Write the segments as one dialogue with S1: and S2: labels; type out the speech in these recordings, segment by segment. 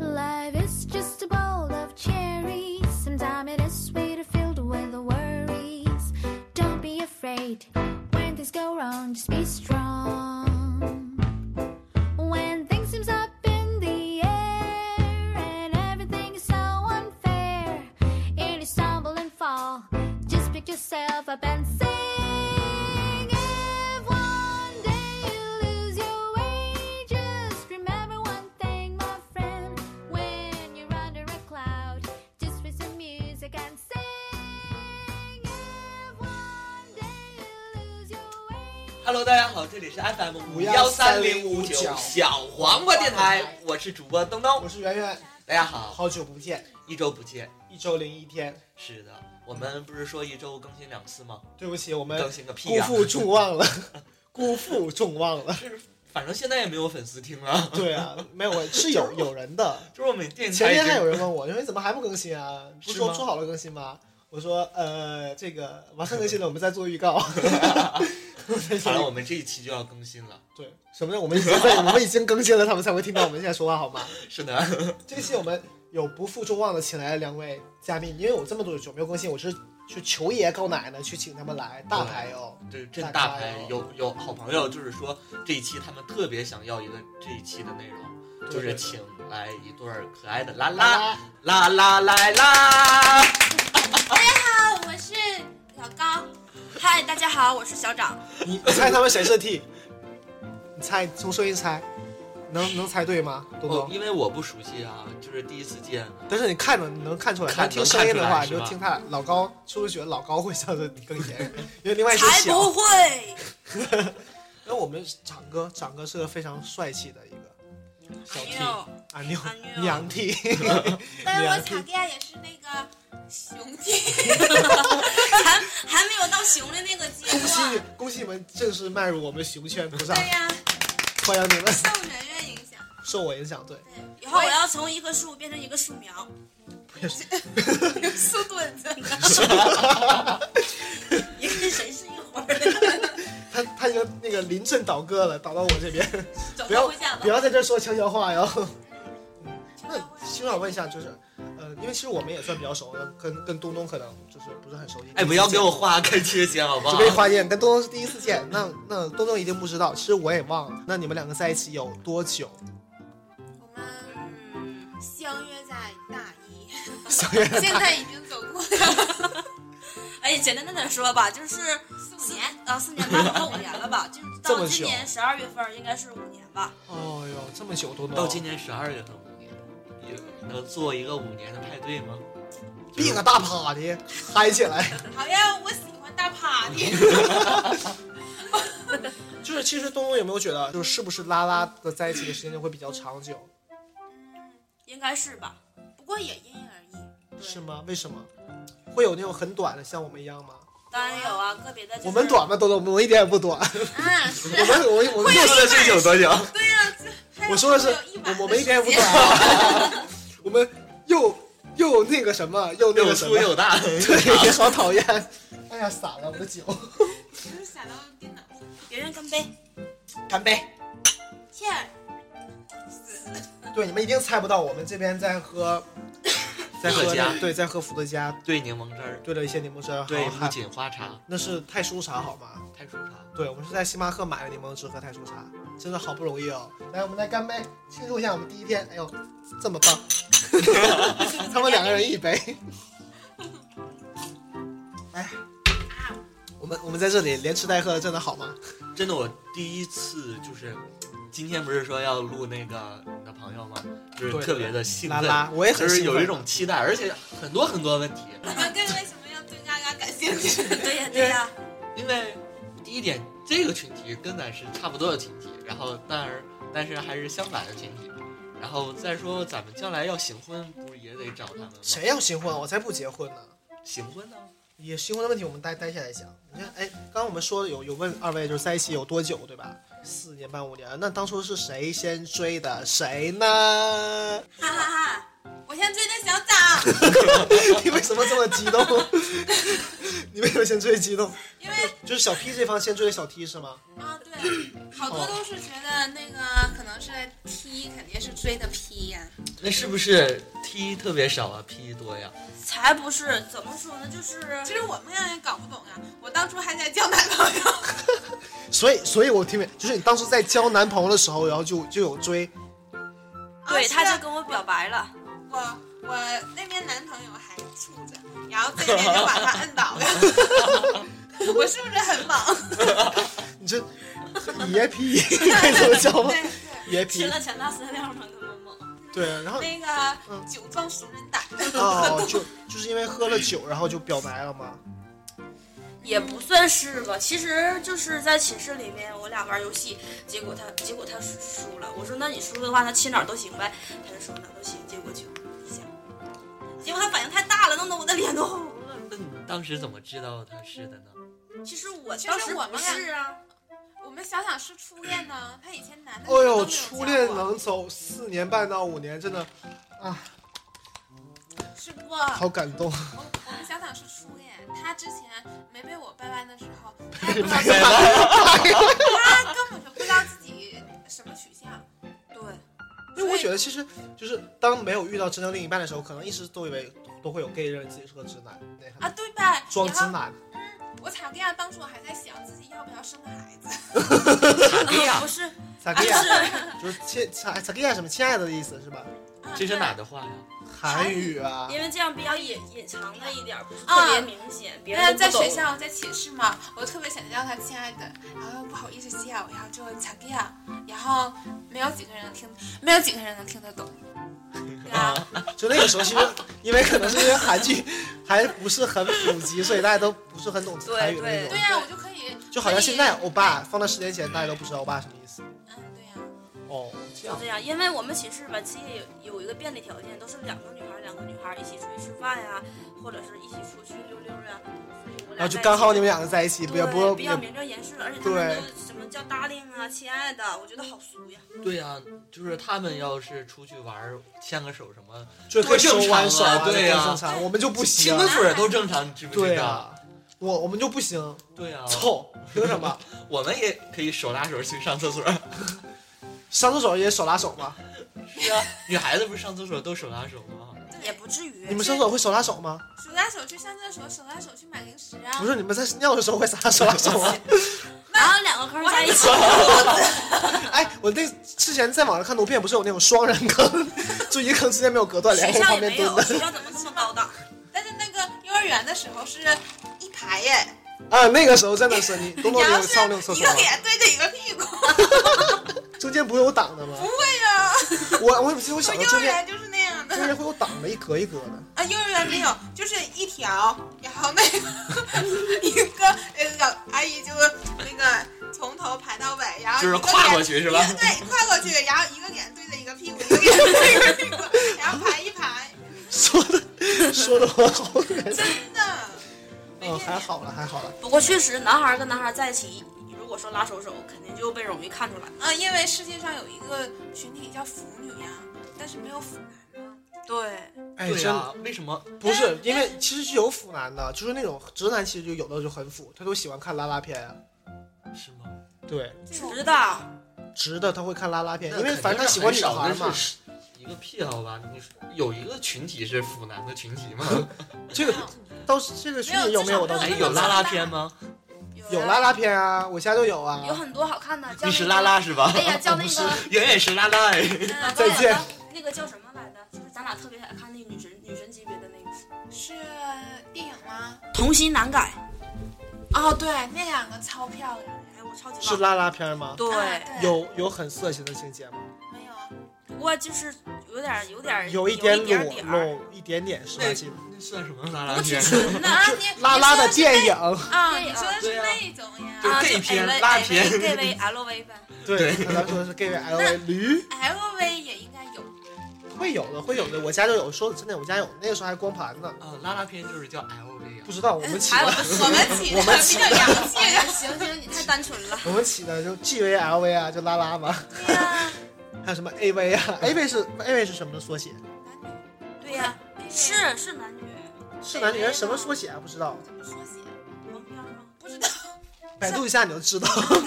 S1: Life is just a bowl of cherries. Sometimes it is sweet, filled with worries. Don't be afraid when things go wrong. Just be strong. When things seems up in the air and everything is so unfair, and you stumble and fall, just pick yourself up and sing. If one day you lose your way, just remember one thing, my friend. When you're under a cloud, just play some music and sing. If one day you lose your way.
S2: Hello，大家好，这里是 FM 五幺三零五
S3: 51359
S2: 九小黄瓜电台，我是主播东东
S3: 我。是圆圆，
S2: 大家好，
S3: 好久不见，
S2: 一周不见。
S3: 一周零一天。
S2: 是的，我们不是说一周更新两次吗？
S3: 对不起，我们
S2: 更新个屁
S3: 辜
S2: 呀、
S3: 负众望了， 辜负众望了。
S2: 是，反正现在也没有粉丝听了。
S3: 对啊，没有， 我是有有人的。
S2: 就是我们电台
S3: 前天
S2: 已经
S3: 还有人问我，说你怎么还不更新啊？不是
S2: 是
S3: 说
S2: 吗
S3: 说好了更新吗？我说呃，这个马上更新了，我们在做 预告。
S2: 好了，我们这一期就要更新了。
S3: 对，什么叫我们已经在，我们已经更新了，他们才会听到我们现在说话好吗？
S2: 是的，
S3: 这期我们有不负众望的请来了两位嘉宾，因为我这么多久没有更新，我是去求爷告奶奶去请他们来，大牌哦。
S2: 这真
S3: 大
S2: 大
S3: 牌
S2: 牌
S3: 哦
S2: 有有好朋友，就是说这一期他们特别想要一个这一期的内容，
S3: 对
S2: 就是
S3: 对对
S2: 请来一对儿可爱的啦
S3: 啦
S2: 啦
S3: 啦
S2: 啦啦来啦。
S4: 啊，我是老高。嗨，大家好，我是小长。
S3: 你你猜他们谁是 T？你猜，从声音猜，能能猜对吗？东
S2: 哦，
S3: 东，
S2: 因为我不熟悉啊，就是第一次见。
S3: 但是你看着你能看出来，
S2: 看
S3: 他听声音的
S2: 能看出
S3: 话，
S2: 来
S3: 你
S2: 是吧
S3: 就听他老高，是不是觉得老高会唱的更严？ 因为另外一只
S4: 才
S3: 小
S4: 不。会，
S3: 那我们长哥，长哥是个非常帅气的一个小 T
S4: 哎呦，
S3: 啊妞
S4: 啊妞
S3: 娘 T，
S4: 但是我
S3: 娘 T
S4: 卡地亚也是那个熊弟， 还还没有到熊的那个阶
S3: 恭喜你
S4: 段。，
S3: 恭喜你们正式迈入我们熊圈鼓掌
S4: 对，呀，
S3: 欢迎你们。
S4: 受人员影响。
S3: 受我影响，对，
S4: 对，以后我要从一棵树变成一个树苗，树墩 子。你跟谁是一伙儿的？
S3: 他他已经那个临阵倒戈了，倒到我这边，
S4: 走
S3: 不要
S4: 回家吧
S3: 不。要在这说悄悄话哟。
S4: 悄悄
S3: 那
S4: 话
S3: 其实我想问一下，就是，呃，因为其实我们也算比较熟了，跟跟东东可能就是不是很熟悉。
S2: 哎，不要给我啊画开缺陷好不
S3: 准
S2: 好？
S3: 备花见，跟东东是第一次见，那那东东一定不知道，其实我也忘了。那你们两个在一起有多久？
S5: 我们相约在大一，
S3: 小 月，
S5: 现在已经走过
S4: 哎，简单的点说吧，就是
S5: 四五年，
S4: 啊，四年半了，快五年了吧？就是
S3: 这
S4: 到
S3: 么久
S4: 今年十二月份儿应该是五年吧。
S3: 哦哟，这么久，东东
S2: 到今年十二月份五年，有能做一个五年的派对吗？
S3: 立个大趴的嗨起来。
S5: 好呀，我喜欢大 party。
S3: 就是其实东东有没有觉得，就是是不是拉拉的在一起的时间就会比较长久，
S4: 应该是吧？
S5: 不过也因人而异，
S3: 是吗？为什么？会有那种很短的，像我们一样吗？
S4: 当然有啊，个别的、就是、
S3: 我们短吗？豆豆，我们我一点也不短。
S5: 啊，是
S3: 我们我我我
S2: 说的是有多久？
S5: 对呀、这还有
S3: 我说的是
S5: 有一晚
S3: 我我们
S5: 的
S3: 一点也不
S5: 时间
S3: 短。 我们又又那个什么，又那
S2: 又
S3: 个什
S2: 粗
S3: 么，
S2: 又大。
S3: 对， 好讨厌。哎呀，洒了我的酒，
S5: 就是想到电脑，
S4: 别人干杯，
S3: 干杯！
S5: 切 尔
S3: 对，你们一定猜不到，我们这边在喝，在喝
S2: 伏特加
S3: 对，在喝伏特加
S2: 对柠檬汁儿，
S3: 兑了一些柠檬汁儿，
S2: 对
S3: 好
S2: 木
S3: 嗨
S2: 槿花茶，
S3: 那是泰舒茶好吗？
S2: 太舒茶。
S3: 对，我们是在星巴克买的柠檬汁和泰舒茶，真的好不容易哦。来，我们来干杯，庆祝一下我们第一天。哎呦，这么棒！ 他们两个人一杯。哎，我们我们在这里连吃带喝，真的好吗？
S2: 真的，我第一次就是，今天不是说要录那个你的朋友吗？就是
S3: 对
S2: 特别的兴
S3: 拉
S2: 奋，
S3: 拉，我也
S2: 就
S3: 很
S2: 是
S3: 兴奋
S2: 有一，种期待，而且很多很多问题。
S5: 你们对为什么要对嘎嘎感兴趣？
S4: 对呀、对呀、
S2: 因为第一点，这个群体跟咱是差不多的群体，然后但而但是还是相反的群体，然后再说咱们将来要行婚，不是也得找他们吗？
S3: 谁要新婚啊？我才不结婚呢。
S2: 行婚呢？
S3: 也新婚的问题，我们待待下来讲。你看，哎，刚刚我们说的有有问二位，就是在一起有多久，对吧？四年半五年，那当初是谁先追的谁呢？
S5: 哈哈哈！我先追的小长，
S3: 你为什么这么激动？你为什么先追激动？
S5: 因为
S3: 就是小 P 这方先追的小 T 是吗？
S5: 啊，
S3: 哦
S5: 对，好多都是觉得那个可能是 T 肯定是追的 P 呀、
S2: 那是不是 T 特别少啊，P 多呀？
S4: 才不是，怎么说呢？就是
S5: 其实我们也搞不懂啊，我当初还在交男朋友，
S3: 所以，所以我听明，就是你当时在交男朋友的时候，然后就就有追，
S4: 对，
S5: 啊
S4: 他
S5: 是
S4: 就跟我表白了。
S5: 我我那边男朋友还处着，然后这边就把他摁倒了， 我是不是很猛？
S3: 你这野 痞可以这么叫吗？
S5: 对对，
S3: 野
S4: 吃
S3: 痞
S4: 了前大饲料吗？那么猛，
S3: 对，然后
S5: 那个
S3: 嗯
S5: 酒壮怂人胆，
S3: 哦，就就是因为喝了酒，然后就表白了嘛。
S4: 也不算是吧。其实就是在寝室里面，我俩玩游戏，结果他结果他输了。我说那你输的话，那亲哪儿都行呗。他就说哪儿都行，结果就一下，结果他反应太大了，弄得我的脸都红了。
S2: 那你当时怎么知道他是 的呢？
S4: 其实我
S5: 其实
S4: 当时
S5: 我
S4: 不
S5: 们俩
S4: 是啊，
S5: 我们想想是初恋呢，他以前男
S3: 哦
S5: 的女的都没有
S3: 呦，
S5: 交
S3: 初恋
S5: 过
S3: 能走四年半到五年，真的
S5: 是不？我
S3: 好感动。
S5: 我们想想是初恋，他之前没被我掰弯的时候，他也不知道
S2: 没了，
S5: 他根本就不知道自己什么取向，
S4: 对，
S3: 因为我觉得其实就是当没有遇到真正另一半的时候，可能一直都以为都会有 gay 认为自己是个直男，那什么
S5: 啊，对吧？
S3: 装
S5: 然
S3: 直
S5: 后
S3: 男。
S5: 我吵架，当初我还在想自己要不要生个孩子，
S2: 啊
S3: 哦
S4: 不是，
S3: 咋
S4: 不
S3: 个呀？
S4: 是，
S3: 就是亲咋咋个呀？什么亲爱的的意思是吧？
S5: 啊
S2: 这是
S5: 对
S2: 哪的话呀？
S3: 韩语啊，
S4: 因为这样比较隐隐藏的一点儿，不是
S5: 啊
S4: 特别明显，别
S5: 那
S4: 人都
S5: 在
S4: 不懂
S5: 学校在寝室嘛，我特别想叫他亲爱的，然后又不好意思叫，然后就擦地啊，然后没有几个人能听，没有几个人能听得懂。对啊，
S3: 就那个时候，其实因为可能是因为韩剧还不是很普及，所以大家都不是很懂韩语那
S4: 对
S5: 对
S3: 种。
S5: 呀、我就可以，
S3: 就好像现在
S5: 可以
S3: 欧巴放到十年前，大家都不知道欧巴什么意思。
S5: 嗯，对呀、
S3: 哦，这
S4: 就
S3: 样
S4: 这样，因为我们寝室吧，其实有有一个便利条件，都是两个女孩儿两个女孩儿一起出去吃饭呀、或者是一起出去溜溜呀、所以我
S3: 然
S4: 俩
S3: 后啊就
S4: 在一
S3: 刚好
S4: 起
S3: 你们两个在一起，不
S4: 对
S3: 要不
S4: 比
S3: 也
S4: 较名正言顺，而且他们都什么叫 darling 啊、亲爱的，我觉得好俗呀。
S2: 对呀、就是他们要是出去玩儿，牵个手什么，
S3: 就可
S2: 多
S3: 以
S2: 正
S3: 手挽手
S2: 常啊
S3: 就
S2: 对呀
S3: 更正常，我们就不行啊
S2: 亲。个嘴儿都正常，你知不知道？
S3: 对呀，我我们就不行，
S2: 对呀、
S3: 臭，凭什么？
S2: 我们也可以手拉手去上厕所。
S3: 上厕所也手拉手吗？
S2: 是啊，女孩子不是上厕所都手拉手吗？
S4: 也不至于。
S3: 你们上厕所会手拉手吗？
S5: 手拉手去上厕所，手拉手去买零食啊。
S3: 不是，你们在尿的时候会手拉手拉手吗？
S4: 然后两个坑在一起，
S3: 哎，我那之前在网上看图片，不是有那种双人坑，就一个坑之间没有隔断，两
S4: 学
S3: 个人
S4: 校
S3: 旁边
S4: 也没
S3: 蹲
S4: 有，
S3: 的。
S4: 学校怎么这么高档？
S5: 但是那个幼儿园的时候是一排耶，
S3: 啊，那个时候真的是你东东，你
S5: 然
S3: 有
S5: 后
S3: 上过那种厕
S5: 是一
S3: 所吗啊
S5: 个？脸对着一个屁股。
S3: 中间不是有挡的吗？
S5: 不会呀、
S3: 我我记得我小
S5: 我
S3: 时候中
S5: 幼儿
S3: 间
S5: 园就是那样的
S3: 中。间会有挡的，一格一格的。
S5: 啊，幼儿园没有，就是一条，然后那个 一个那个阿姨就那个从头排到尾，然
S3: 啊
S5: 后
S2: 就是
S5: 一个
S2: 跨
S5: 脸
S2: 过去是吧
S5: 一个对，跨过去，然后一个脸对着一个屁股，一个脸对着一个屁股，然后排一排，
S3: 说的说的我好恶心。
S5: 真的。
S2: 哦
S3: 嗯，还好了，还好了。
S4: 不过确实，男孩儿跟男孩儿在一起，如果说拉手手，肯定就被容易看出来。
S5: 啊，因为世界上有一个群体叫腐女呀、但是没有腐男嘛。
S4: 对，
S3: 哎，
S2: 对啊
S3: 真
S2: 呀、为什么？
S3: 不是，因为其实是有腐男的，就是那种直男，其实就有的就很腐，他都喜欢看拉拉片啊。
S2: 是吗？
S3: 对，
S5: 这种
S4: 直的，
S3: 直的他会看拉拉片，
S2: 那
S3: 因为
S2: 肯定
S3: 反正他
S2: 是
S3: 喜欢
S2: 很
S3: 女
S2: 少
S3: 孩
S2: 的
S3: 嘛。
S2: 是一个癖好吧？你说有一个群体是腐男的群体 吗？
S3: 这个到这个群
S5: 没
S3: 体
S5: 有
S3: 有没有？
S5: 至少
S3: 到
S5: 没
S2: 哎，
S5: 有
S2: 有拉拉片吗？
S3: 有
S5: 啊
S3: 拉拉片啊，我家就有啊。
S4: 有很多好看的。叫
S2: 你
S4: 那
S2: 是
S4: 个
S2: 拉拉是吧？
S4: 哎呀，叫那
S3: 不是
S4: 个。
S2: 远远是拉拉哎。
S4: 嗯
S3: 再见。
S4: 刚才那个叫什么来着？就是咱俩特别爱看那女神女神级别的那个
S5: 是电影吗？
S4: 《童心难改
S5: 哦，对，那两个超漂亮。》，
S4: 哎，我超级
S3: 是
S4: 棒。
S3: 拉拉片吗？
S4: 对，
S5: 啊
S3: 有有很色情的情节吗？
S5: 没有？啊
S4: 不过就是有点有点
S3: 有
S4: 一
S3: 一点
S4: 点
S3: 裸
S4: 点儿，
S3: 露，一点点是吧？
S2: 那
S3: 其实
S2: 那算什么拉
S4: 不
S2: 拉
S4: 过挺
S2: 片？
S4: 纯的。
S5: 啊，你
S3: 拉拉的电影，
S5: 啊，
S4: 电
S5: 你
S4: 影
S5: 说的
S2: 对
S5: 是
S2: 啊
S5: 那种呀？
S2: 就
S4: 啊，
S2: 是 gay 片
S4: LV
S2: 拉片
S4: gay V 哎 L V 呗。
S3: 对，那咱说的是 gay LV 驴，
S5: LV 也应该有，
S3: 会有的，会有的。我家就有，说真的，我家有，那个时候还光盘呢，
S2: 啊，拉拉片就是叫 LV 啊
S3: 不。知道我们起
S4: 嗯还有
S3: 的，
S5: 我们起 的
S3: 我们
S5: 比
S3: 起
S5: 较洋气。
S4: 哎 行行，你太单纯了。
S3: 我们起的就 G V L V 啊，就拉拉嘛，
S5: 对呀，
S3: 还有什么 A V 啊？A V 是 A V 是什么的缩写？
S5: 男女
S4: 对呀，是是男女
S3: 是男女人什么缩写啊？不知道，
S5: 怎么缩写？
S4: 黄片吗？
S5: 不知道。
S3: 百度一下你就知道。
S5: 对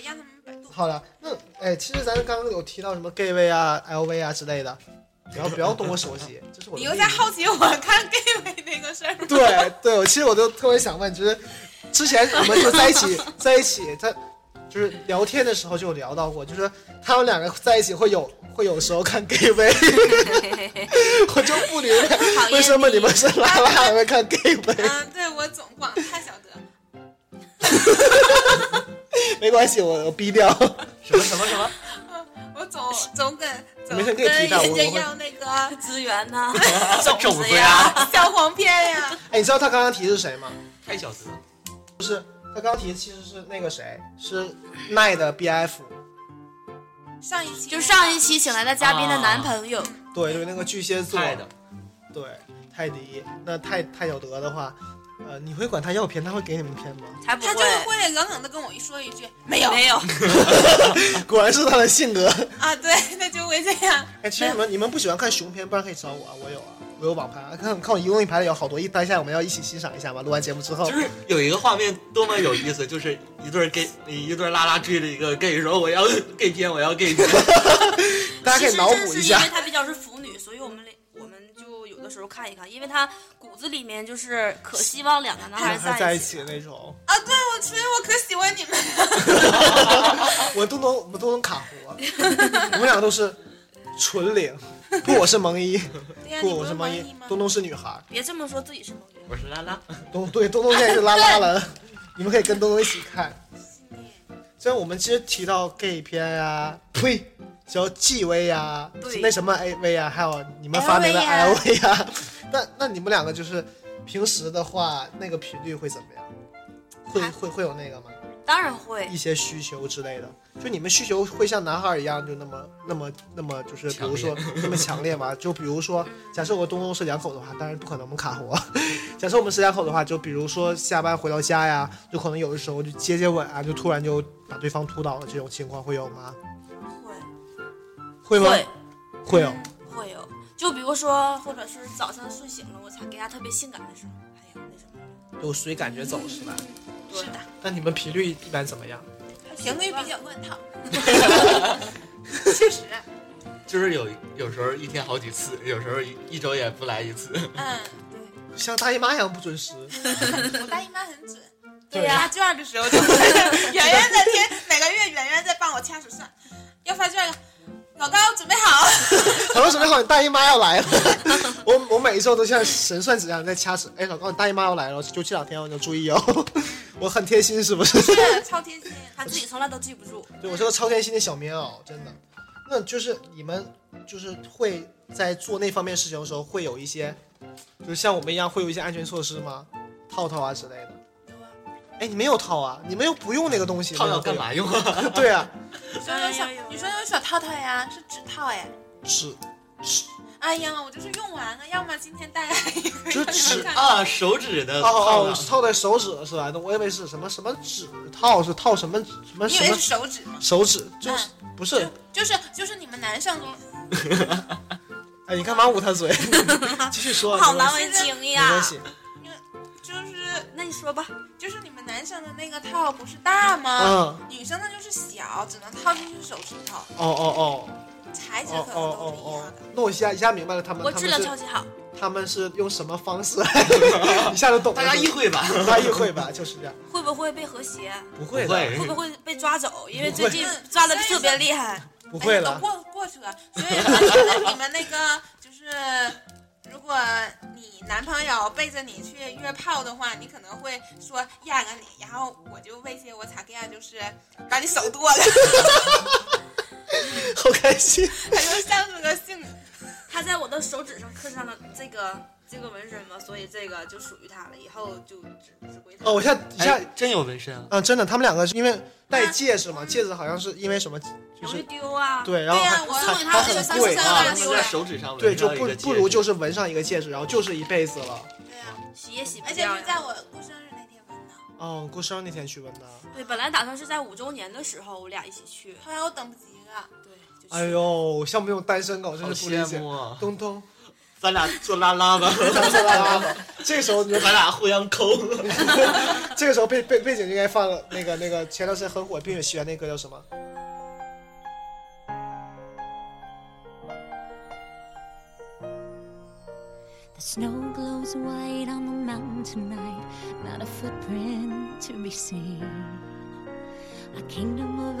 S5: 让他们百度。
S3: 好了，那哎，其实咱刚刚有提到什么 gay 味啊、LV 啊之类的，不要不要动我手机，这是我的秘密。
S5: 你又在好奇我看 gay 那个事儿吗？
S3: 对对，我其实我就特别想问，就是之前我们就在一起在一起，他就是聊天的时候就有聊到过，就是他们两个在一起会有会有时候看 gay 位， 我就不明白
S4: 讨厌
S3: 为什么你们是拉拉还会看 gay 位。
S5: 嗯，对我总光看小德，
S3: 没关系，我我逼掉。
S2: 什么什么什 么？
S5: 我总总跟总
S3: 没事
S5: 跟
S3: 可以提到啊
S5: 人
S3: 我
S5: 家
S3: 我会
S5: 要那个
S4: 资源呐、
S2: 种
S4: 子
S2: 子呀，
S5: 小黄片呀。
S3: 哎，你知道他刚刚提是谁吗？
S2: 太小资了。
S3: 就是他刚刚提其实是那个谁，是奈的 BF，
S5: 上一期
S4: 就上一期请来的嘉宾的男朋友，
S3: 对对，那个巨蟹座
S2: 太的，
S3: 对泰迪。那泰泰小德的话，呃，你会管他要片，他会给你们片吗？
S4: 才不
S5: 他就是会冷冷的跟我一说一句没有
S4: 没有，
S3: 果然是他的性格。
S5: 啊，对，他就会这样。
S3: 哎，其实你们你们不喜欢看熊片，不然可以找我啊，我有啊，我有网盘啊。看看我一共一排有好多，一待下来我们要一起欣赏一下吧。录完节目之后
S2: 就，是有一个画面多么有意思，就是一对儿 gay，一对儿拉拉追着一个 gay 说我要 gay 片，我要 gay 片，
S3: 大家可以脑
S4: 其实
S3: 补
S4: 正
S3: 一
S4: 是因
S3: 下
S4: 为。他比较是腐女，所以我们我们就有的时候看一看，因为他骨子里面就是可希望两个男孩
S3: 还
S4: 儿
S3: 在
S4: 在
S3: 一
S4: 起。
S3: 起那种，
S5: 啊，对，我所以我可喜欢你们了。
S3: 我都能我都能卡活。 我们俩都是纯零，不，我是萌一，
S5: 对呀，你
S3: 不，
S5: 不
S3: 我是
S5: 是
S3: 萌
S5: 蒙
S3: 一
S5: 毅吗，？
S3: 东东是女孩，
S4: 别这么说自己是萌女，
S2: 我是拉拉，
S3: 东对东东现在是拉拉 了，你们可以跟东东一起看。虽然我们其实提到 gay 片啊，呸，只要 G V 啊，
S4: 对
S3: 那什么 A V 啊，还有你们发明的 L
S5: LV
S3: V 啊，那那你们两个就是平时的话，那个频率会怎么样？会
S4: 还
S3: 会会有那个吗？
S4: 当然会。
S3: 一些需求之类的，就你们需求会像男孩一样就那么那么那么就是比如说那么强烈吗？就比如说，假设我东东是两口的话，当然不可能我们卡活。 假设我们是两口的话，就比如说下班回到家呀，就可能有的时候就接接吻啊，就突然就把对方扑倒了，这种情况会有吗？会
S4: 会
S3: 吗？
S4: 会
S3: 会有。
S4: 会有，就比如说，或者是早上睡醒了，我才给他特别性感的时候，哎呀那什么，
S5: 嗯
S3: 有随感觉走是吧？
S4: 对
S5: 是的，
S3: 那你们频率一般怎么样？
S5: 频率比较乱套。确实，
S2: 就是有有时候一天好几次，有时候一一周也不来一 次。
S5: 嗯，
S3: 像大姨妈一样不准时，
S5: 我大姨妈很准。
S3: 对
S5: 呀、发卷的时候就圆圆在天，哪个月圆圆在帮我掐手算，要发卷了，老高准备好。
S3: 老高准备好，你大姨妈要来了。我我每一周都像神算子一样在掐指。哎，老高，你大姨妈要来了，就这两天哦，你要注意哦。 我很贴心，是不是？
S5: 是超贴心。
S4: 他自己从来都记不住。
S3: 对我是个超贴心的小棉袄，真的。那就是你们就是会在做那方面事情的时候，会有一些，就是像我们一样，会有一些安全措施吗？套套啊之类的。哎，你们有套啊？你们又不用那个东西，
S2: 套要
S3: 那个
S2: 干
S3: 会有？
S2: 嘛用啊？
S3: 对啊，
S5: 你说有
S4: 哎
S5: 小，你说有小套套呀，是指套呀。
S3: 纸
S5: 哎呀，我就是用完了，要么今天带来一个，
S3: 就
S5: 要
S3: 是指
S5: 么看看。
S2: 啊，手指的
S3: 哦哦
S2: 套
S3: 哦
S2: 了，
S3: 套在手指是吧？那我以为是什么什么指套，是套什么什么
S5: 你以
S3: 什
S5: 为
S3: 么
S5: 是手指吗？
S3: 手指，就是不是？
S5: 就是就是你们男生，
S3: 哎，你干嘛捂他嘴？ 继续说，
S4: 好
S3: 没
S4: 难
S3: 关系
S4: 为情
S3: 没
S4: 呀
S3: 关！系。
S5: 就是
S4: 那你说吧，
S5: 就是你们男生的那个套不是大吗？
S3: 嗯，
S5: 女生的就是小，只能套进去手指头，
S3: 哦哦哦
S5: 材质
S3: 哦
S5: 可能
S3: 哦
S5: 都
S3: 哦
S5: 是一
S3: 哦
S5: 样的。，
S3: 那我一下一下明白了，他们
S4: 我
S3: 他
S4: 质
S3: 们
S4: 量
S3: 是
S4: 超级好，
S3: 他们是用什么方式，一下就懂
S2: 大
S3: 了。
S2: 家一会吧。
S3: 大家一会吧，就是这样。
S4: 会不会被和谐？
S3: 不会
S2: 不会
S3: 的，
S4: 会不会被抓走？因为
S3: 不会
S4: 最近抓的特别厉害。
S3: 不会
S5: 哎
S3: 了
S5: 都。过过去了。所以那你们那个就是，如果你男朋友背着你去约炮的话，你可能会说压个你，然后我就威胁我擦个呀，就是把你手剁了，
S3: 好开心。
S5: 他就像是个性
S4: 他在我的手指上刻上了这个这个纹身嘛，所以这个就属于他了，以后就只只归他。
S3: 哦，我一下一下，
S2: 哎真有纹身啊！
S3: 啊，真的，他们两个是因为戴戒指嘛，戒指好像是因为什么，就
S4: 容易
S3: 是
S4: 丢啊。
S3: 对，然后
S5: 对呀
S3: 还
S5: 我
S3: 还
S5: 送给
S4: 他
S3: 还
S4: 那个
S3: 很
S4: 三
S3: 贵
S4: 十三
S2: 啊
S5: 万
S2: 他们在手指上
S3: 对，
S2: 纹
S3: 就
S2: 上一
S3: 不
S2: 个戒指，
S3: 不如就是纹上一个戒指，然后就是一辈子了。
S5: 对呀、
S4: 洗也洗不
S5: 而且
S4: 掉
S5: 是
S4: 呀。
S5: 在我过生日那天纹的。
S3: 哦，过生日那天去纹的。啊
S4: 对，本来打算是在五周年的时候我俩一起去，
S5: 后来我等不及了，
S4: 对，就去。
S3: 哎呦，像我们这种单身狗真
S2: 好
S3: 是不理
S2: 羡
S3: 解。
S2: 慕啊！
S3: 东东，
S2: 咱俩做拉拉 吧，
S3: 咱再来拉吧。这个时候你就
S2: 咱俩互相抠。
S3: 这个时候背背背景就应该放了那个那个前段时间很火《冰雪奇缘》那歌叫什么？
S1: Snow glows white on the mountain tonight, not a footprint to be seen. A kingdom of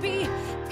S1: be.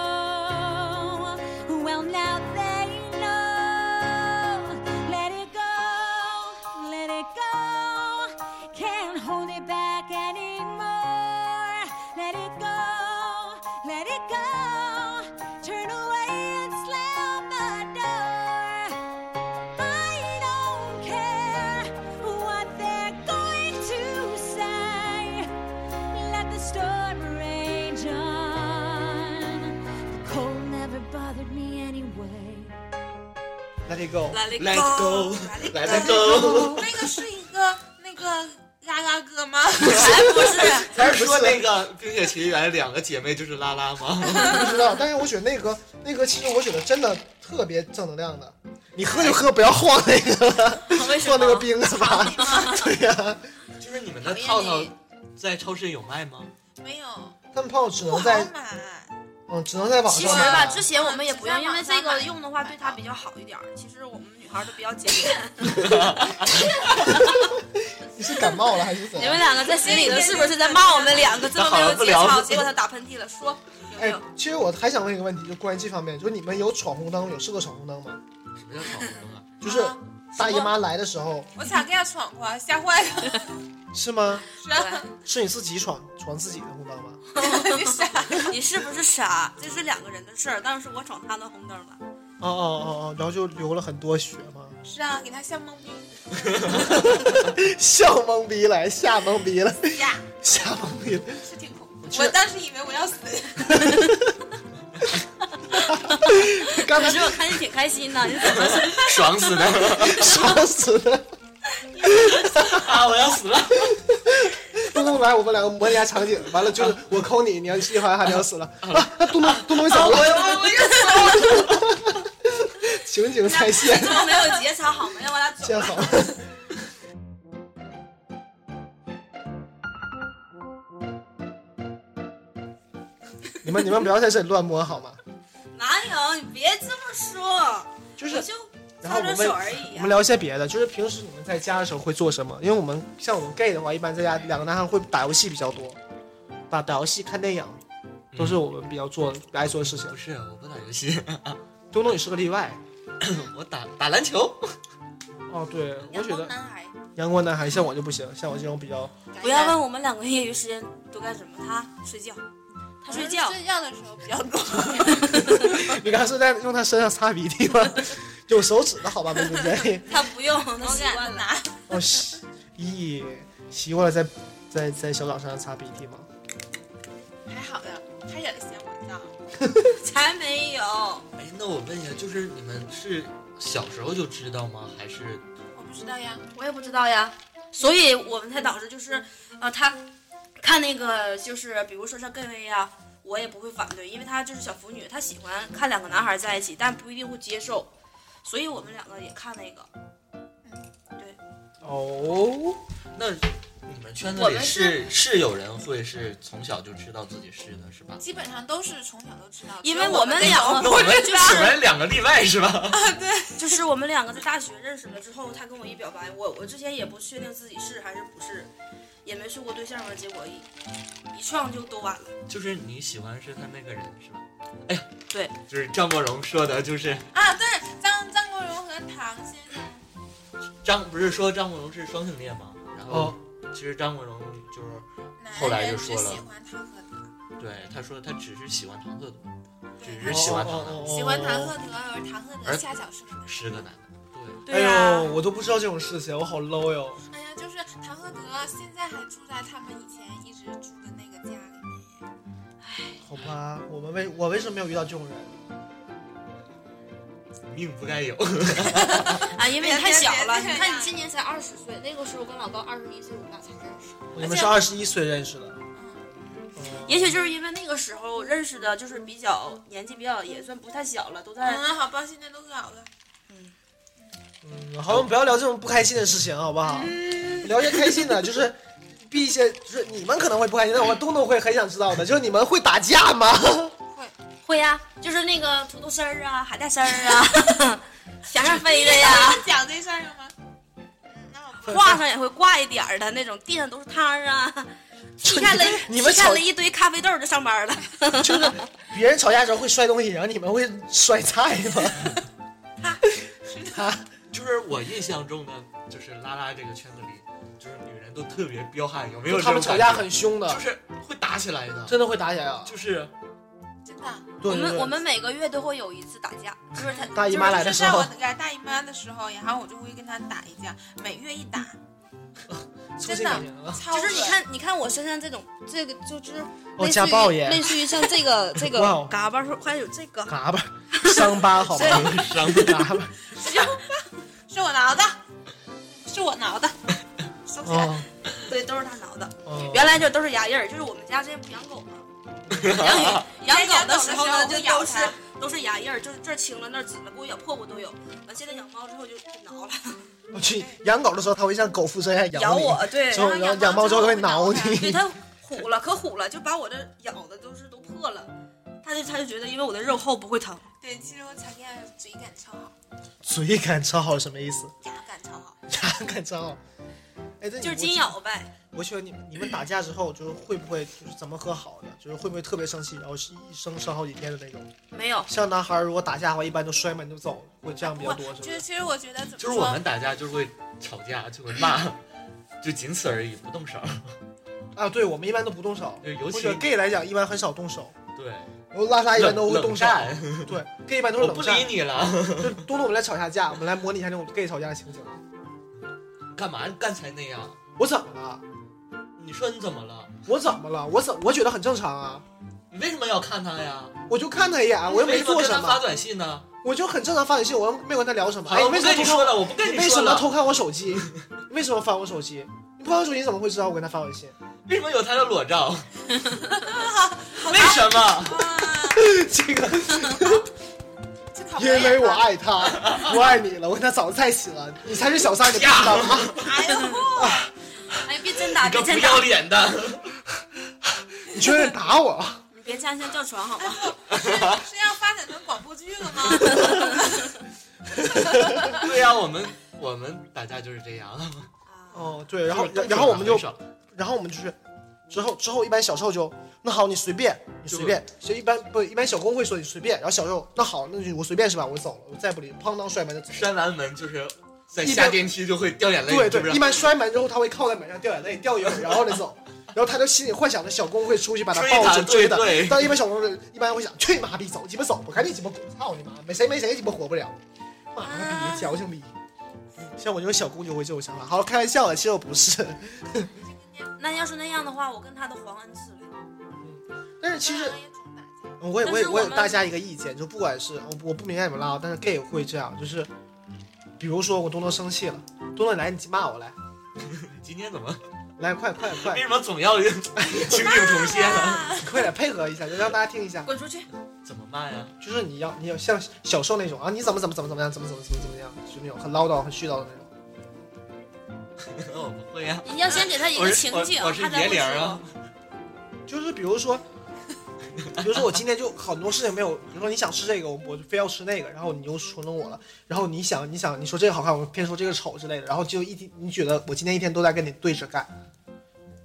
S1: know. Well, now they know. Let it go, let it go. Can't hold it back anymore. Let it go, let it go. Turn away and slam the door. I don't care what they're going to say. Let the storm rage on. The cold never bothered me anyway.
S3: Let it go，
S4: Let it
S2: Let
S4: go，
S2: go，
S4: let
S2: let go。
S5: 那个是一个那个嘎嘎哥吗？
S4: 不是，
S2: 咱是说那个《冰雪奇缘》两个姐妹就是拉拉吗？
S3: 不知道。但是我觉得那个那个，其实我觉得真的特别正能量的。你喝就喝，不要晃那个
S4: 为什
S3: 晃那个
S4: 么？
S3: 冰的吧。对呀、
S2: 就是你们的套
S5: 讨厌
S2: 套
S5: 你
S2: 在超市有卖吗？
S5: 没有，
S3: 他们泡只
S5: 不
S3: 能
S5: 好
S3: 在
S5: 买。
S3: 嗯，只能在网
S4: 其实
S3: 上
S4: 吧，
S3: 买。
S4: 之前我们也不用，因为这个用的话对他比较好一点儿。其实我们女孩儿都比较简单。
S3: 你是感冒了还是怎
S4: 你们
S3: 样？
S4: 两个在心里头是不是在骂我们两个这么没有节操？结果他打喷嚏了，说有没
S3: 哎
S4: 有？，
S3: 其实我还想问一个问题，就关于这方面，就是你们有闯红灯，有试过闯红灯吗？
S2: 什么叫闯红灯啊？
S3: 就是
S5: 啊
S3: 大姨妈来的时候，
S5: 我咋给他闯过？吓坏了，
S3: 是吗？
S5: 是
S3: 是你自己闯闯自己的红灯吗？
S5: 你傻。
S4: 对你是不是傻？这是两个人的事儿，但是我闯他的红灯了。
S3: 哦哦哦哦，然后就流了很多血吗？
S5: 是啊，给他吓懵逼
S3: 笑懵逼了，吓懵逼了，
S5: 呀，
S3: 吓懵逼了。
S5: 是挺恐怖。
S3: 是
S5: 我当时以为我要死，
S3: 刚
S4: 可
S3: 才
S4: 是我看你挺开心的，你怎么
S2: 爽死了！
S3: 笑死了。
S2: 啊，我要死了！
S3: 东东来，我们两个模拟一下场景，完了就是我抠你，你要一会儿还你要死了啊！那东东东东怎么了？
S5: 我就死
S3: 情景再现，
S4: 这么没有节操好吗？要不然
S3: 现好。你们你们不要在这里乱摸好吗？
S4: 哪有？你别这么说，
S3: 就是
S4: 我就
S3: 然后
S4: 操
S3: 我
S4: 着
S3: 们
S4: 手而已、
S3: 我
S4: 啊
S3: 们。聊一些别的，就是平时你们在家的时候会做什么？因为我们像我们 gay 的话，一般在家两个男孩会打游戏比较多，打打游戏、看电影，都是我们比较做爱做的事情
S2: 不。是，我不打游戏，
S3: 东东也是个例外
S2: 我打打篮球。
S3: 哦。对，我
S5: 阳
S3: 觉
S5: 光
S3: 得
S5: 男孩，
S3: 阳光男孩像我就不行，像我这种比较
S4: 不要问我们两个业余时间都干什么，他睡觉，他
S5: 我
S4: 睡觉，
S5: 睡觉的时候比较多。
S3: 你刚才是在用他身上擦鼻涕吗？有手指的好吧，妹妹姐。
S4: 他不用，他
S5: 我
S4: 习
S5: 敢
S4: 惯了。
S5: 拿，
S3: 哎哦，习咦，习惯了在在在小岛上擦鼻涕吗？
S5: 还好的，他也嫌我脏。
S4: 才没有，
S2: 哎，那我问一下，就是你们是小时候就知道吗？还是
S5: 我不知道呀，
S4: 我也不知道呀，所以我们才导致就是，啊、他看那个就是，比如说像 gay 薇呀，我也不会反对，因为他就是小腐女，她喜欢看两个男孩在一起，但不一定会接受，所以我们两个也看那个，
S3: 哦，
S2: 那你们圈子
S4: 我
S2: 里
S4: 们
S2: 是是有人会是从小就知道自己是的，是 吧？
S5: 基本上都是从小都知道，
S4: 因为
S5: 只有我
S4: 们
S5: 那
S4: 两
S5: 种
S4: 个
S2: 我们
S4: 就
S2: 我
S4: 是
S2: 们两个例外是吧？
S4: 就是我们两个在大学认识了之后，他跟我一表白，我我之前也不确定自己是还是不是，也没处过对象嘛，结果一一撞就都完了。
S2: 就是你喜欢是他那个人是吧？哎呀，
S4: 对，
S2: 就是张国荣说的，就是
S5: 啊，对，张张国荣和唐先生，
S2: 张不是说张国荣是双性恋吗？然后
S3: 哦
S2: 其实张国荣就是
S5: 男
S2: 后来
S5: 人
S2: 就
S5: 只
S2: 说了
S5: 喜欢唐鹤德，
S2: 对他说他只是喜欢唐鹤德，
S5: 对
S2: 只是喜欢唐
S3: 哦
S2: 鹤德，
S3: 哦哦
S5: 喜欢唐鹤德，而唐鹤德
S2: 而哎
S5: 恰巧是个男
S2: 是个男的。对，
S3: 哎
S4: 对啊呀、
S3: 呦，我都不知道这种事情，我好 low 哟。
S5: 哎呀，就是唐鹤德现在还住在他们以前一直住的那个家里面。
S3: 好吧，我们为我为什么没有遇到这种人？
S2: 命不该有。
S4: 啊，因为你太小了，
S5: 别别别这
S4: 你
S5: 样
S4: 看你今年才二十岁，那个时候我跟老高二十一岁，我们俩才认识。
S3: 你们是二十一岁认识的，
S4: 嗯也许就是因为那个时候认识的，就是比较年纪比较也算不太小了，都在
S5: 嗯，好吧，现在都搞了。
S3: 嗯，好，我们不要聊这种不开心的事情，好不好？聊些开心的，就是避一些，就是你们可能会不开心，但我东东会很想知道的，就是你们会打架吗？
S4: 会呀、就是那个土豆丝儿啊、海带丝儿啊， 墙上飞的 呀，
S5: 讲这事儿了吗？嗯，那我不
S4: 挂上也会挂一点儿的那种，地上都是汤儿啊。 踢开了，
S3: 你们
S4: 踢开
S3: 吵
S4: 了一堆咖啡豆儿就上班了。
S3: 就是别人吵架的时候会摔东西，然后你们会摔菜吗？他
S2: 就是我印象中呢，就是拉拉这个圈子里，就是女人都特别彪悍，有没有这
S3: 他
S2: 种
S3: 们
S2: 感觉？
S3: 吵架很凶的
S2: 就，是会打起来的，
S3: 真的会打起来啊！
S2: 就是
S5: 真的。
S3: 对对
S4: 我们
S3: 对，
S4: 我们每个月都会有一次打架，就是他
S3: 大姨妈来
S5: 就
S3: 的
S5: 是
S3: 时
S5: 在
S3: 候
S5: 我，来大姨妈的时候，然后我就会跟她打一架，每月一打，
S3: 促进
S5: 真的
S3: 感情 啊
S5: 超
S4: 就是你
S5: 恶
S4: 看，你看我身上这种，这个就是
S3: 哦
S4: 类似
S3: 家暴
S4: 于
S3: 耶
S4: 类似于像这 个这
S3: 哇
S4: 个
S3: 哦
S4: 嘎巴，还有这个，
S3: 嘎巴伤疤好吗？
S2: 伤
S3: 嘎巴
S5: 是我挠的，是我挠的，收起来。
S3: 哦
S4: 对，都是他挠的。
S3: 哦，
S4: 原来就都是牙印儿，就是我们家之前不养狗吗？养
S5: 在
S4: 狗
S5: 养
S4: 的
S5: 狗
S4: 时
S5: 的
S4: 候
S5: 时
S4: 呢，
S5: 候
S4: 就
S5: 会
S4: 都
S5: 咬
S4: 是
S5: 它
S4: 都是牙印儿，就是这儿青了那儿紫了，给我咬破过都有。完现在养猫之后就就挠了，
S3: 我去养狗的时候，它会像狗附身一样
S4: 咬
S3: 你，
S4: 我，对，
S3: 然后
S4: 然后
S3: 养
S4: 养
S3: 猫之后
S4: 后
S3: 它会挠
S4: 挠，对
S3: 你。
S4: 它虎了，可虎了，就把我这咬的都是都破了。他就他就觉得，因为我的肉厚不会疼，
S5: 对，其实我吵架嘴感超好，
S3: 嘴感超好什么意思？
S5: 牙感超好。
S3: 牙感超好。哎，这你
S4: 就是紧。咬呗。
S3: 我喜欢你，你们打架之后，就是会不会就是怎么和好的？就是会不会特别生气，然后是一生生好几天的那种？
S4: 没有，
S3: 像男孩儿如果打架的话，一般都摔门就走，会这样比较
S5: 我
S3: 多，是
S5: 就
S3: 吧
S5: 是？其实我觉得怎么
S2: 就是我
S5: 说
S2: 们，打架就会吵架，就会骂，就仅此而已，不动手。
S3: 啊，对，我们一般都不动手，
S2: 就尤
S3: 或
S2: 其
S3: 者 gay 来讲，一般很少动手。
S2: 对，
S3: 然后拉萨一般都会
S2: 冷
S3: 动
S2: 冷
S3: 手，
S2: 战，
S3: 对，gay 一般都是
S2: 我
S3: 冷
S2: 不
S3: 战
S2: 理。你了，
S3: 就多多，我们来吵一下架，我们来模拟一下那种 gay 吵架的情景。
S2: 干嘛刚才那样？
S3: 我怎么了？
S2: 你说你怎么了？
S3: 我怎么了？我怎我觉得很正常啊，
S2: 你为什么要看他呀？
S3: 我就看他一眼啊，我又
S2: 为
S3: 没
S2: 什么
S3: 做
S2: 跟
S3: 什
S2: 他发
S3: 么，
S2: 短信呢？
S3: 我就很正常发短信，我又没有跟他聊什么。
S2: 好
S3: 哎，
S2: 了，
S3: 你
S2: 我
S3: 为
S2: 不跟你
S3: 什么偷看
S2: 说了，我不跟
S3: 你为
S2: 说
S3: 什么
S2: 了。
S3: 偷看我手机？你为什么翻我手机？你不翻我手机，你怎么会知道我跟他发短信？
S2: 为什么有他的裸 照？为什么？
S3: 这个，
S5: 这考不
S3: 因
S5: 了
S3: 为我
S5: 啊
S3: 爱他，我爱你了，我跟他早就在一起了，你才是小三，你不知道吗？
S5: 哎 呦，
S4: 哎，别真打，
S2: 你个
S4: 别
S2: 不
S4: 真打
S2: 要，脸的！
S3: 你居然打我！
S4: 你别相信叫床好吗？
S5: 是要发展成广播剧了吗？
S2: 对呀，我们我们打架就是这样。
S3: 哦，对， 然后
S2: 就是动手
S3: 然后我
S2: 打
S3: 们
S2: 很
S3: 就
S2: 少
S3: 然后我们就是之后之后一般小受就那好，你随便，你随便，所以一般不一般小工会说你随便，然后小受那好，那就我随便是吧？我走了，我再不理，砰当摔门就走了。
S2: 摔完门就是在
S3: 一
S2: 下
S3: 边
S2: 电梯就会掉眼泪，
S3: 对
S2: 是不
S3: 对，
S2: 是
S3: 一？般摔门之后他会靠在门上掉眼泪，掉一会儿然后再走。然后他就心里幻想着小工会出去把他
S2: 追
S3: 抱
S2: 他
S3: 住追他
S2: 对对，
S3: 但一般小工一般会想去你妈逼走鸡巴走吧，赶紧鸡巴滚，操你妈，没谁没谁鸡巴活不了，妈了逼矫情逼。像我这种小姑就会这种想法，好开玩笑的，其实我不是。
S4: 那要是那样的话，我跟他都皇恩赐了。
S3: 但是其实
S5: 我也总打架
S3: 我也我
S4: 但
S3: 也
S4: 是我
S3: 我
S4: 们
S3: 有大家一个意见，就不管是我我不明白你们拉，但是 gay 会这样，就是比如说我东东生气了，东东你来你骂我来，
S2: 今天怎么
S3: 来快快快
S2: 为，什么总要 情景重现 啊？
S3: 你快点配合一下，就让大家听一下，
S4: 滚出去！
S2: 怎么骂呀？
S3: 就是你要你要像小受那种啊，你怎么怎么怎么怎么样，怎么怎么怎么怎么样，就那种很唠叨很絮叨的那种。
S2: 我不会呀，
S4: 你要先给他一
S2: 我
S4: 个
S2: 是
S4: 情
S2: 我
S4: 景，
S2: 我是
S4: 他才
S2: 爷
S4: 会
S2: 灵儿啊
S4: 说。，
S3: 就是比如说，比如说我今天就很多事情没有，比如说你想吃这个，我我就非要吃那个，然后你又戳中我了，然后你想你想你说这个好看，我偏说这个丑之类的，然后就一天你觉得我今天一天都在跟你对着干，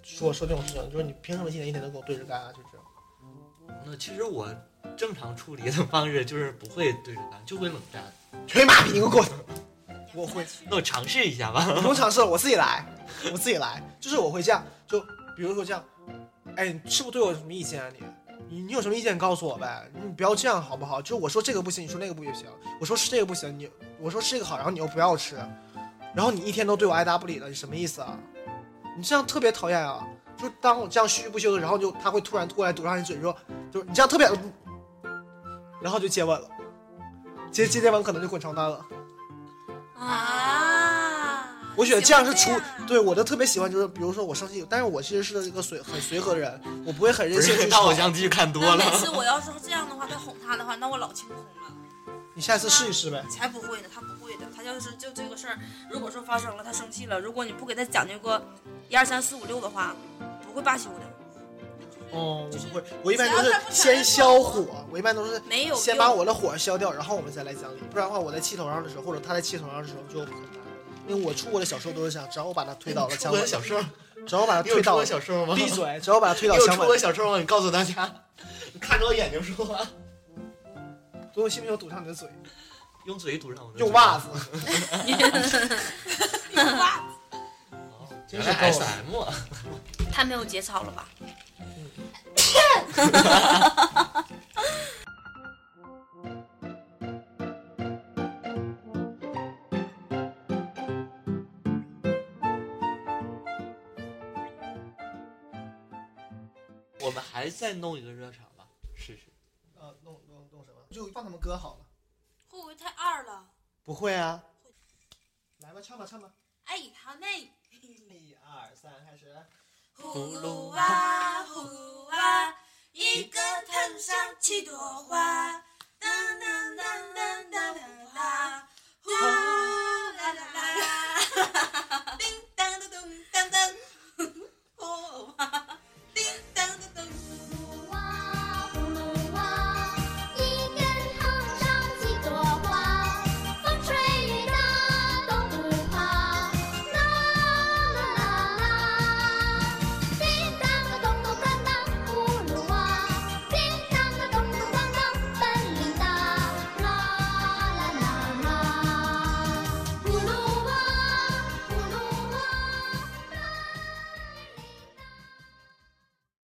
S3: 说说这种事情，就是你凭什么今天一天都跟我对着干啊？就这样，
S2: 那其实我正常处理的方式就是不会对着干，就会冷战。
S3: 去你妈逼，你给我滚！我会，
S2: 那我尝试一下吧。
S3: 不用尝试了，我自己来，我自己来，就是我会这样，就比如说这样，哎，你是不是对我有什么意见啊你？你你有什么意见告诉我呗，你不要这样好不好？就是我说这个不行，你说那个不也行；我说吃这个不行，你我说吃这个好，然后你又不要吃，然后你一天都对我爱答不理的，你什么意思啊？你这样特别讨厌啊！就当我这样嘘不休的，然后就他会突嗯然过来堵上你嘴说，就是你这样特别，然后就接吻了。其实接电完可能就滚床单了。
S5: 啊！
S3: 我觉得这样是
S5: 喜
S3: 出
S5: 欢这样啊
S3: 对我的特别喜欢，就是比如说我生气，但是我其实是一个随很随和的人，我不会很任
S2: 不
S3: 性
S2: 是
S3: 去
S2: 大
S3: 吵
S2: 偶。像剧看多
S4: 那
S2: 了
S4: 每，次我要是这样的话，再哄他的话，那我老清空了。
S3: 你下次试一试呗。
S4: 才不会呢，他不会的。他要是就这个事儿，如果说发生了，他生气了，如果你不给他讲究个一二三四五六的话，不会罢休的。
S3: 哦，我
S5: 就是
S3: 不会，我一般都
S5: 只
S3: 是
S5: 要他不承认
S3: 先消火，我一般都是
S4: 没有
S3: 先
S4: 用
S3: 把我的火消掉，然后我们再来讲理。不然的话，我在气头上的时候，或者他在气头上的时候就很难。因为我出过的小时候都是这样，只要我把他推倒了，
S2: 出
S3: 墙
S2: 过
S3: 板
S2: 小时候，
S3: 只要我把他
S2: 你有
S3: 啊推
S2: 出
S3: 倒
S2: 过
S3: 了，
S2: 小时候吗？
S3: 闭嘴！只要我把他 推
S2: 你
S3: 倒
S2: 有
S3: 墙
S2: 出
S3: 板，
S2: 过小时候吗？你告诉大家， 你看着我眼睛说话，
S3: 所以我信不信我堵上你的嘴？
S2: 用嘴堵上我的嘴
S3: 用袜子。
S2: 哦
S3: 真
S2: 原
S3: 是
S2: 来
S3: 够
S2: S
S3: 了
S2: M 啊，
S4: 太没有节操了吧？
S2: 我们还再弄一个热场吧，试试。
S3: 呃，弄弄弄什么？就放他们歌好了。
S4: 会不会太二了？
S3: 不会啊。来吧，唱吧，唱吧。
S4: 哎，好嘞。
S3: 一二三，开始。
S4: 呼噜哇呼噜哇，一个藤上七朵花，当当当当当当当，